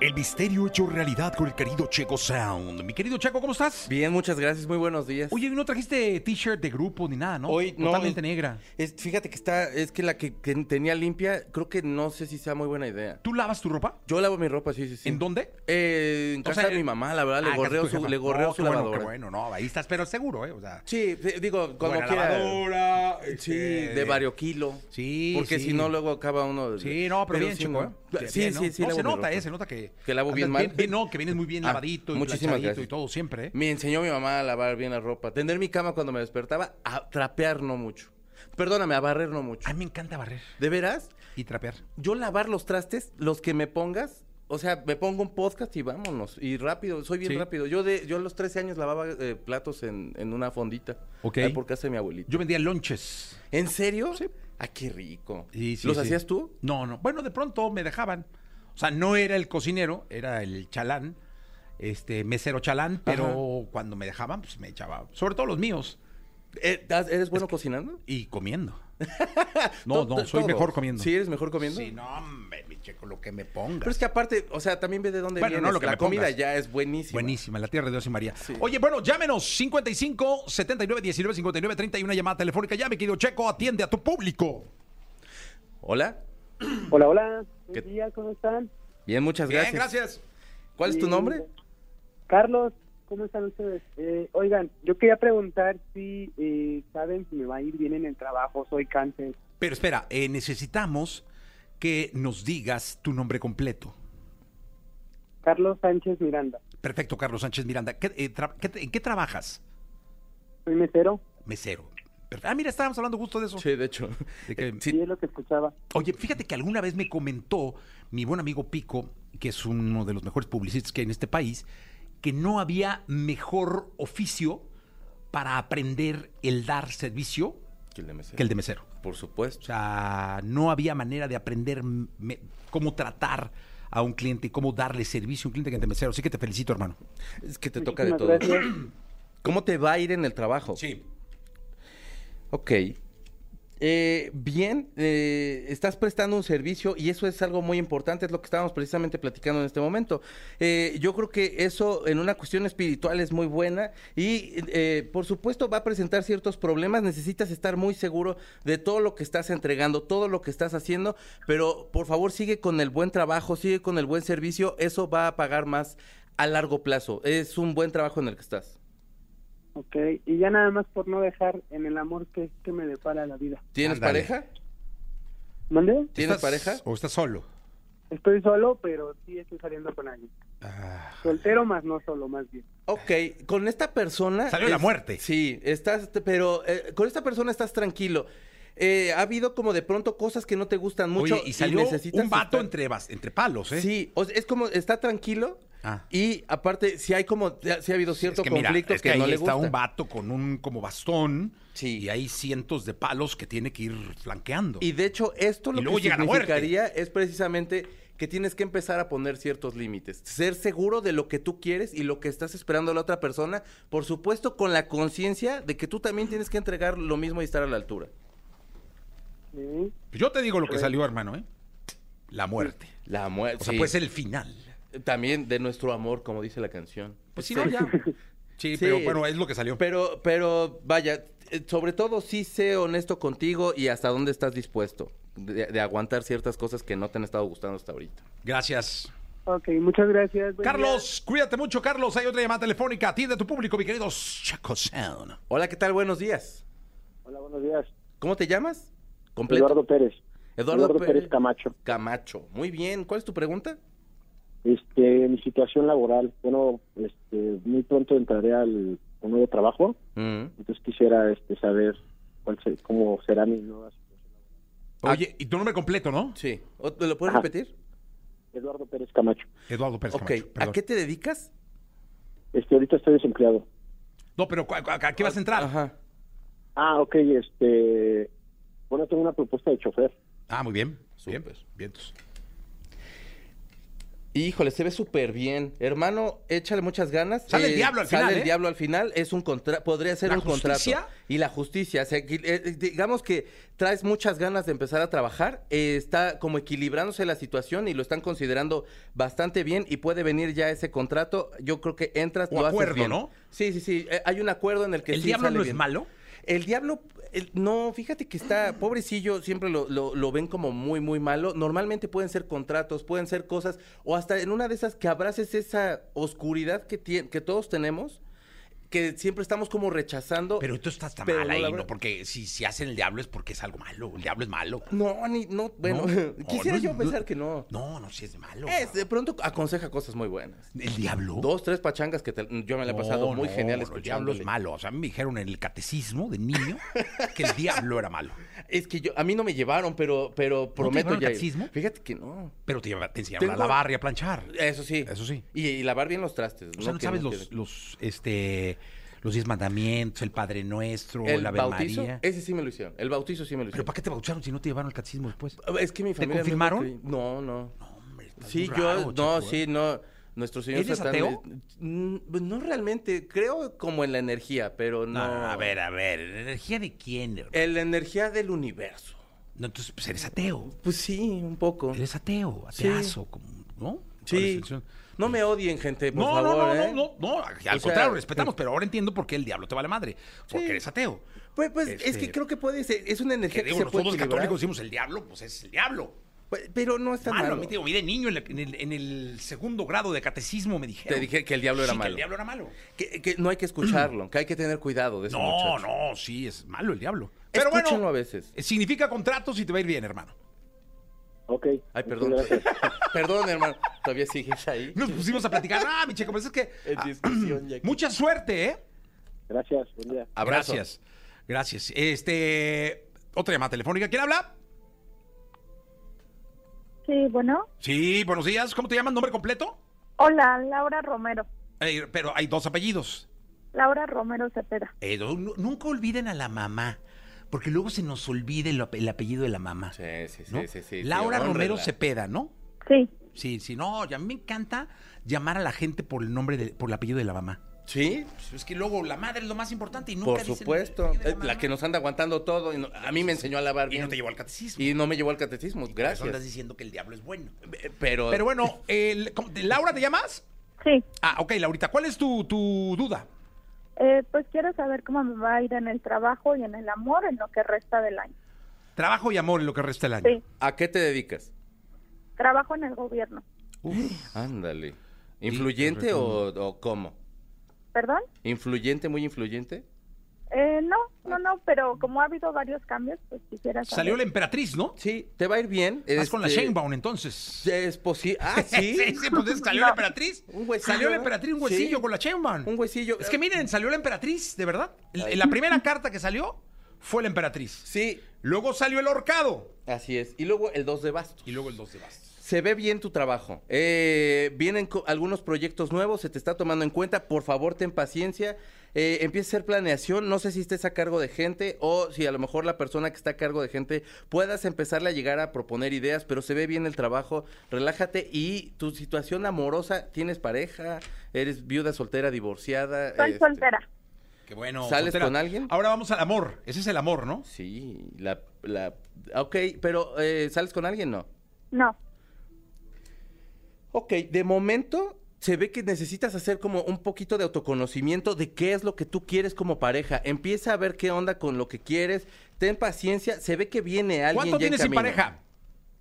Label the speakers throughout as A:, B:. A: El misterio hecho realidad con el querido Checo Sound. Mi querido Checo, ¿cómo estás?
B: Bien, muchas gracias, muy buenos días.
A: Oye, no trajiste t-shirt de grupo ni nada, ¿no?
B: Hoy no,
A: Totalmente
B: es-
A: negra.
B: es- fíjate que está, es que la que, que tenía limpia, creo que no sé si sea muy buena idea.
A: ¿Tú lavas tu ropa?
B: Yo lavo mi ropa, sí, sí, sí.
A: ¿En dónde?
B: Eh, en
A: O
B: casa
A: sea,
B: de mi mamá, la verdad,
A: Ah,
B: le
A: casi
B: gorreo
A: tu
B: su,
A: jefa.
B: le gorreo
A: No,
B: su
A: qué bueno,
B: lavadora.
A: qué bueno, no, ahí estás, pero seguro, ¿eh? O sea,
B: Sí, sí, digo, cuando
A: buena
B: quiera.
A: lavadora,
B: Sí,
A: este,
B: de varios kilos.
A: Sí,
B: Porque
A: sí.
B: si no, luego acaba uno.
A: Sí, no, pero, bien,
B: sí,
A: Checo,
B: ¿no?
A: ¿eh?
B: Sí,
A: Bien,
B: sí,
A: ¿no?
B: sí.
A: No,
B: lavo
A: se
B: mi
A: nota,
B: ropa.
A: ¿eh? Se nota que...
B: Que lavo
A: andas
B: bien mal.
A: bien- no, que vienes muy bien
B: Ah,
A: lavadito y
B: muchísimas
A: planchadito
B: gracias.
A: y todo, siempre, ¿eh?
B: Me enseñó mi mamá a lavar bien la ropa. Tender mi cama cuando me despertaba, a trapear no mucho. Perdóname, a barrer no mucho.
A: A mí me encanta barrer
B: ¿De veras?
A: y trapear.
B: Yo lavar los trastes, los que me pongas, o sea, me pongo un podcast y vámonos. Y rápido, soy bien
A: Sí.
B: rápido. Yo de, yo a los 13 años lavaba eh, platos en, en una fondita.
A: Ok.
B: ahí por casa de mi abuelito.
A: Yo vendía lonches.
B: ¿En serio?
A: Sí.
B: Ah, qué rico.
A: Sí, sí,
B: ¿Los
A: sí.
B: hacías tú?
A: No, no. Bueno, de pronto me dejaban. O sea, no era el cocinero, era el chalán, este mesero chalán, pero cuando me dejaban, pues me echaba, sobre todo los míos,
B: Eh, ¿das- ¿Eres bueno cocinando?
A: y comiendo. no,
B: To-
A: no,
B: to-
A: soy
B: todo.
A: mejor comiendo.
B: Sí, eres mejor comiendo.
A: Sí, no, hombre, mi checo, lo que me pongas.
B: Pero es que aparte, o sea, también ve de dónde
A: Bueno, no,
B: vienes.
A: lo que me
B: la comida
A: pongas.
B: ya es buenísima.
A: Buenísima, la tierra de Dios y María. Oye, bueno, llámenos 55 79 19 59 31 llamada telefónica. Ya, mi querido Checo, atiende a tu público.
B: Hola.
C: Hola, hola.
B: ¿Qué-
C: Buen día, ¿cómo están?
B: Bien, muchas gracias.
A: Bien, gracias.
B: ¿Cuál es tu
C: Sí.
B: nombre?
C: Carlos, ¿cómo están ustedes? Eh, oigan, yo quería preguntar si eh, saben si me va a ir bien en el trabajo. Soy cáncer.
A: Pero espera, eh, necesitamos que nos digas tu nombre completo.
C: Carlos Sánchez Miranda.
A: Perfecto, Carlos Sánchez Miranda. ¿Qué, eh, tra- qué- ¿En qué trabajas?
C: Soy mesero.
A: Mesero. Perfe- Ah, mira, estábamos hablando justo de eso.
B: Sí, eh, de hecho.
A: De que-
C: Sí, es lo que escuchaba.
A: Oye, fíjate que alguna vez me comentó mi buen amigo Pico, que es uno de los mejores publicistas que hay en este país, que no había mejor oficio para aprender el dar servicio
B: Que el de mesero.
A: que el de mesero.
B: Por
A: O
B: supuesto.
A: sea, no había manera de aprender me- cómo tratar a un cliente y cómo darle servicio a un cliente que el de mesero. Así que te felicito, hermano.
B: Es que te toca de todo.
C: Muchísimas gracias.
B: ¿Cómo te va a ir en el trabajo?
A: Sí.
B: Ok. Eh, bien, eh, estás prestando un servicio y eso es algo muy importante, es lo que estábamos precisamente platicando en este momento. Eh, yo creo que eso en una cuestión espiritual es muy buena y eh, por supuesto va a presentar ciertos problemas, necesitas estar muy seguro de todo lo que estás entregando, todo lo que estás haciendo, pero por favor sigue con el buen trabajo, sigue con el buen servicio, eso va a pagar más a largo plazo, es un buen trabajo en el que estás.
C: Ok, y ya nada más por no dejar en el amor que, que me depara la vida.
B: ¿Tienes
A: Ándale.
B: pareja?
C: ¿Mande?
B: ¿Tienes pareja?
A: ¿O estás solo?
C: Estoy solo, pero sí estoy saliendo con alguien.
B: Ah.
C: Soltero más no solo, más bien.
B: Ok, con esta persona...
A: Salió la muerte.
B: Sí, estás, te- pero eh, con esta persona estás tranquilo. Eh, ha habido como de pronto cosas que no te gustan mucho.
A: Oye, y salió
B: necesitas
A: un vato
B: estar-
A: entre, bas- entre palos, ¿eh?
B: Sí, o sea, es como, está tranquilo.
A: Ah.
B: Y aparte, si hay como, si ha habido cierto
A: Es que mira,
B: conflicto
A: es
B: que,
A: que,
B: no
A: ahí
B: le
A: está
B: gusta.
A: un vato con un como bastón
B: Sí.
A: y hay cientos de palos que tiene que ir flanqueando.
B: Y de hecho, esto
A: Y
B: lo
A: luego
B: que
A: llega la muerte.
B: significaría es precisamente que tienes que empezar a poner ciertos límites. Ser seguro de lo que tú quieres y lo que estás esperando a la otra persona. Por supuesto, con la conciencia de que tú también tienes que entregar lo mismo y estar a la altura.
C: Sí.
A: Pues Yo te digo lo que salió, hermano, ¿eh? La muerte.
B: La muerte.
A: O sea, puede ser el final.
B: pues También de nuestro amor, como dice la canción.
A: Pues si no, ya. Sí, pero bueno, es lo que salió.
B: Pero, pero vaya, eh, sobre todo sí sé honesto contigo y hasta dónde estás dispuesto de, de aguantar ciertas cosas que no te han estado gustando hasta ahorita.
A: Gracias.
C: Ok, muchas gracias. buen
A: Carlos, cuídate mucho, Carlos. Hay otra llamada telefónica. Atiende a tu público, mi querido Chaco Sound.
B: Hola, ¿qué tal? Buenos días.
C: día. Hola, buenos días.
B: ¿Cómo te llamas? Completo.
C: Eduardo Pérez.
B: Eduardo
C: Eduardo Pérez Camacho.
B: Camacho. Muy bien. ¿Cuál es tu pregunta?
C: Este, mi situación laboral, bueno, este, muy pronto entraré al un nuevo trabajo,
B: Mm.
C: entonces quisiera este saber cuál se- cómo será mi nueva situación.
A: Oye, y tu nombre completo, ¿no?
B: Sí. ¿O- ¿Lo puedes
C: Ajá.
B: repetir?
C: Eduardo Pérez Camacho.
A: Eduardo Pérez
B: ok.
A: Camacho,
B: ¿A
A: perdón.
B: qué te dedicas?
C: Este, ahorita estoy desempleado.
A: No, pero ¿cu- cu- ¿a qué vas a entrar?
B: Ajá.
C: Ah, ok, este, bueno, tengo una propuesta de chofer.
A: Ah, muy bien.
B: Súper.
A: Bien, vientos.
B: Híjole, se ve súper bien. Hermano, échale muchas ganas.
A: Sale el diablo al
B: sale
A: final,
B: el
A: ¿eh?
B: diablo al final. Es un contra podría ser
A: ¿La
B: un
A: justicia?
B: contrato. Y la justicia. o sea, equi- eh, eh, digamos que traes muchas ganas de empezar a trabajar. eh, está como equilibrándose la situación y lo están considerando bastante bien. Y puede venir ya ese contrato. Yo creo que entras,
A: O
B: lo
A: acuerdo,
B: haces bien.
A: ¿no?
B: Sí, sí, sí. eh, hay un acuerdo en el que
A: ¿El
B: sí
A: diablo
B: sale
A: no es
B: bien.
A: malo?
B: El diablo, el- no, fíjate que está, pobrecillo, siempre lo, lo- lo ven como muy, muy malo. Normalmente pueden ser contratos, pueden ser cosas, o hasta en una de esas que abraces esa oscuridad que, tie- que todos tenemos, que siempre estamos como rechazando.
A: Pero esto está tan
B: Pero
A: mal
B: no, la
A: ahí,
B: verdad-
A: ¿no? Porque si, si hacen el diablo es porque es algo malo. El diablo es malo.
B: No, ni, no, bueno,
A: No, Oh,
B: quisiera
A: no,
B: yo
A: no.
B: pensar que no.
A: No, no, si es malo.
B: Es, de pronto aconseja cosas muy buenas.
A: ¿El diablo?
B: Dos, tres pachangas que te- yo me la he pasado
A: No,
B: muy
A: no,
B: genial
A: no, El diablo es
B: escuchándole.
A: malo. O sea, a mí me dijeron en el catecismo de niño que el diablo era malo.
B: Es que yo, a mí no me llevaron, pero, pero prometo
A: llevaron
B: ya. ir.
A: catecismo?
B: Fíjate que no.
A: Pero te, lleva- te enseñaron
B: Tengo-
A: a lavar y a planchar.
B: Eso sí.
A: Eso sí.
B: Y, y lavar bien los trastes.
A: O sea, ¿no
B: Que
A: sabes
B: quede-
A: los, los, este, los diez mandamientos, el Padre Nuestro,
B: El
A: la Ave
B: bautizo,
A: María?
B: ese sí me lo hicieron. El bautizo sí me lo
A: ¿Pero
B: hicieron.
A: para qué te bautizaron si no te llevaron al catecismo después?
B: Es que mi familia... no es
A: confirmaron?
B: muy crey- No, no.
A: Hombre, estás
B: Sí,
A: muy
B: yo...
A: raro,
B: no,
A: Checo,
B: sí,
A: ¿eh?
B: no. Nuestro señor
A: ¿Eres
B: Satán
A: ateo?
B: me- Mm, pues no realmente. Creo como en la energía, pero no... Eh,
A: No, no, a ver, a ver. ¿la ¿Energía de quién? hermano?
B: En la energía del universo.
A: No, entonces, pues eres ateo.
B: Pues sí, un poco.
A: Eres ateo,
B: Sí.
A: ateazo, como, ¿no?
B: Sí.
A: Por excepción.
B: No me odien, gente, por
A: No,
B: favor,
A: no, no,
B: ¿eh?
A: no, no, no, al
B: sea, eh,
A: contrario, respetamos, pero ahora entiendo por qué el diablo te vale madre, porque
B: Sí.
A: eres ateo.
B: Pues, pues es
A: Este,
B: que creo que puede ser... Es una energía
A: Que
B: que,
A: digo,
B: se puede
A: nosotros
B: equilibrar.
A: católicos Ah, decimos el diablo, pues es el diablo.
B: Pe- Pero no está
A: Malo,
B: malo.
A: a mí te digo, y de niño en, la- en el, en el segundo grado de catecismo me dijeron.
B: Te dije que el diablo era
A: Sí, que
B: malo.
A: el diablo era malo.
B: Que, que no hay que escucharlo, que hay que tener cuidado de ese
A: No,
B: muchacho.
A: no, sí, es malo el diablo. Pero
B: Pero
A: bueno, eh,
B: a veces.
A: significa contratos y te va a ir bien, hermano.
C: Ok.
B: Ay,
C: muchas
B: perdón.
C: gracias.
B: perdón, hermano. Todavía sigues ahí.
A: Nos pusimos a platicar. Ah, mi checo, pues es que.
B: En
A: ah,
B: discusión ya aquí.
A: mucha suerte, ¿eh?
C: Gracias, buen día.
B: Abrazo.
A: Gracias. Gracias. Este. Otra llamada telefónica. ¿Quién habla?
D: Sí, bueno.
A: Sí, buenos días. ¿Cómo te llamas? ¿Nombre completo?
D: Hola, Laura Romero.
A: Eh, pero hay dos apellidos.
D: Laura Romero Cepeda.
A: Eh, no- nu- nunca olviden a la mamá, porque luego se nos olvida el, ape- el apellido de la mamá.
B: Sí, sí, sí,
A: ¿no?
B: sí, sí, sí,
A: Laura
B: honrenla.
A: Romero Cepeda, ¿no?
D: Sí,
A: Sí, sí, no, y a mí me encanta llamar a la gente por el nombre, de- por el apellido de la mamá.
B: Sí,
A: Pues es que luego la madre es lo más importante y nunca
B: por
A: dicen el
B: supuesto.
A: apellido de
B: Eh, La,
A: mamá.
B: que nos anda aguantando todo. y no- a mí me enseñó a lavar
A: Y
B: bien.
A: no te llevó al catecismo.
B: Y no me llevó al catecismo.
A: Y por eso andas
B: Gracias.
A: diciendo que el diablo es bueno.
B: Eh, Pero,
A: Pero bueno, el- ¿cómo- de- ¿Laura te llamas?
D: sí.
A: Ah, ok, Laurita, ¿cuál es tu, tu duda?
D: Eh, pues quiero saber cómo me va a ir en el trabajo y en el amor en lo que resta del año.
A: Trabajo y amor en lo que resta del año.
D: Sí,
B: ¿a qué te dedicas?
D: trabajo en el gobierno.
B: Ándale. ¿Influyente o, o cómo?
D: ¿Perdón?
B: ¿Influyente, muy influyente?
D: Eh, no, no, no, pero como ha habido varios cambios, pues quisiera saber.
A: Salió la emperatriz, ¿no?
B: Sí, te va a ir bien.
A: Vas con la
B: este,
A: Sheinbaum entonces.
B: Es posible. Ah, sí.
A: sí, sí, pues es que salió la emperatriz.
B: Un huesillo,
A: salió la
B: ¿no?
A: emperatriz, un
B: Sí.
A: huesillo con la Sheinbaum.
B: Un huesillo.
A: Es que miren, salió la emperatriz, de verdad. El- la primera carta que salió fue la emperatriz.
B: Sí,
A: Luego salió el horcado.
B: así es. Y luego el 2 de bastos.
A: Y luego el 2 de bastos.
B: Se ve bien tu trabajo. Eh, vienen co- algunos proyectos nuevos, se te está tomando en cuenta. Por favor, ten paciencia. Eh, empieza a hacer planeación. No sé si estés a cargo de gente o si a lo mejor la persona que está a cargo de gente puedas empezarle a llegar a proponer ideas, pero se ve bien el trabajo. Relájate y tu situación amorosa. ¿Tienes pareja? ¿Eres viuda, soltera, divorciada?
D: Soy
B: Este,
D: soltera.
A: Qué bueno.
B: ¿Sales con alguien?
A: Ahora vamos al amor. Ese es el amor, ¿no?
B: Sí, la. la ok, pero eh, ¿sales con alguien? No.
D: No,
B: Ok, de momento se ve que necesitas hacer como un poquito de autoconocimiento de qué es lo que tú quieres como pareja. Empieza a ver qué onda con lo que quieres. Ten paciencia. Se ve que viene alguien.
A: ¿Cuánto
B: ya en
A: tienes sin
B: camino.
A: pareja?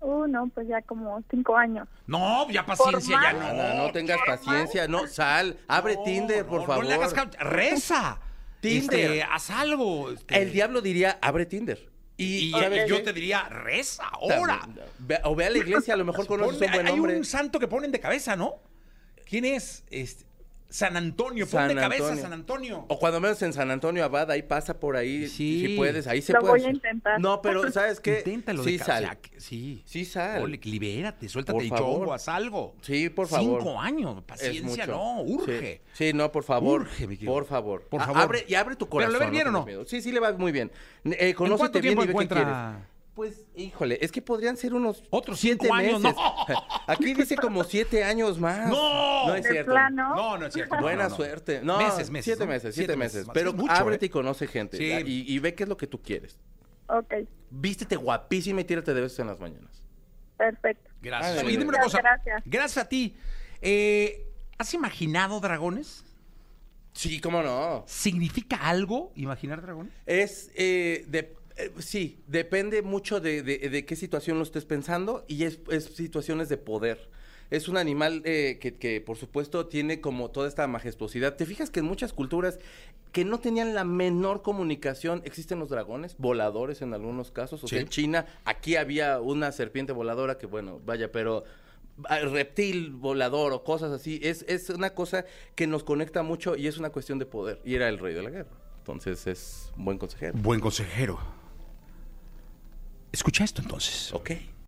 D: uh, no, pues ya como cinco años.
A: No, ya paciencia, ya
B: No,
A: no.
B: no, no tengas paciencia. No, sal. Abre
A: No,
B: Tinder,
A: no,
B: por favor.
A: No le hagas caucha. Reza.
B: Tinder.
A: Este, haz algo. este.
B: El diablo diría, abre Tinder.
A: Y,
B: Y,
A: y
B: ¿sabes
A: yo
B: qué?
A: te diría, reza, ahora.
B: También, ve- o ve a la iglesia, a lo mejor conoces
A: Ponle-
B: un buen
A: hay
B: hombre.
A: un santo que ponen de cabeza, ¿no? ¿Quién es? Este, San Antonio. Pon
B: San
A: de cabeza
B: Antonio. Oh,
A: San Antonio.
B: O cuando menos en San Antonio Abad, ahí pasa por ahí.
A: Sí.
B: Si puedes, ahí se
D: Lo
B: puede.
D: voy a
B: hacer.
D: intentar.
B: No, pero ¿sabes qué?
A: Inténtalo
B: sí,
A: de ca-
B: sal.
A: o sea, que- sí.
B: Sí, sal.
A: Ole, libérate, suéltate
B: Por
A: el
B: favor.
A: chongo, haz algo.
B: Sí, por favor.
A: Cinco años,
B: Es
A: paciencia,
B: mucho.
A: no, urge.
B: Sí, sí, no, por favor.
A: Urge, mi querido.
B: Por favor.
A: Por
B: A-
A: favor.
B: abre, y abre tu
A: Pero
B: corazón.
A: ¿le va bien o
B: tengas
A: no?
B: miedo. Sí, sí, le va muy bien. Eh, conócete
A: cuánto
B: bien
A: tiempo
B: y ve qué
A: encuentra-
B: quieres. Pues, híjole, es que podrían ser unos
A: Otros cinco años, no.
B: Aquí dice como siete años más.
A: No.
B: no es
D: De
B: cierto.
D: plano.
A: No, no es cierto. No,
B: Buena
A: no, no.
B: suerte. No,
A: Meses, meses,
B: Siete
A: ¿no? Siete
B: meses, siete
A: meses.
B: meses.
A: Es
B: Pero
A: mucho, ¿eh?
B: ábrete y conoce gente.
A: Sí.
B: ¿verdad? Y, y ve qué es lo que tú quieres.
D: Ok,
B: Vístete guapísima y tírate de veces en las mañanas.
D: perfecto.
A: Gracias.
B: Ándale.
A: Oye, dime una
D: Muchas
A: cosa.
D: gracias.
A: Gracias a ti. Eh, ¿Has imaginado dragones?
B: Sí, cómo no.
A: ¿Significa algo imaginar dragones?
B: Es, eh, de- eh, sí, depende mucho de, de- de qué situación lo estés pensando y es, es situaciones de poder. Es un animal eh, que, que, por supuesto, tiene como toda esta majestuosidad. ¿Te fijas que en muchas culturas que no tenían la menor comunicación, existen los dragones, voladores en algunos casos? O sea,
A: Sí.
B: en China, aquí había una serpiente voladora que, bueno, vaya, pero ah, reptil volador o cosas así. Es, es una cosa que nos conecta mucho y es una cuestión de poder. Y era el rey de la guerra. Entonces es un buen consejero.
A: Buen consejero. Escucha esto entonces.
B: Ok.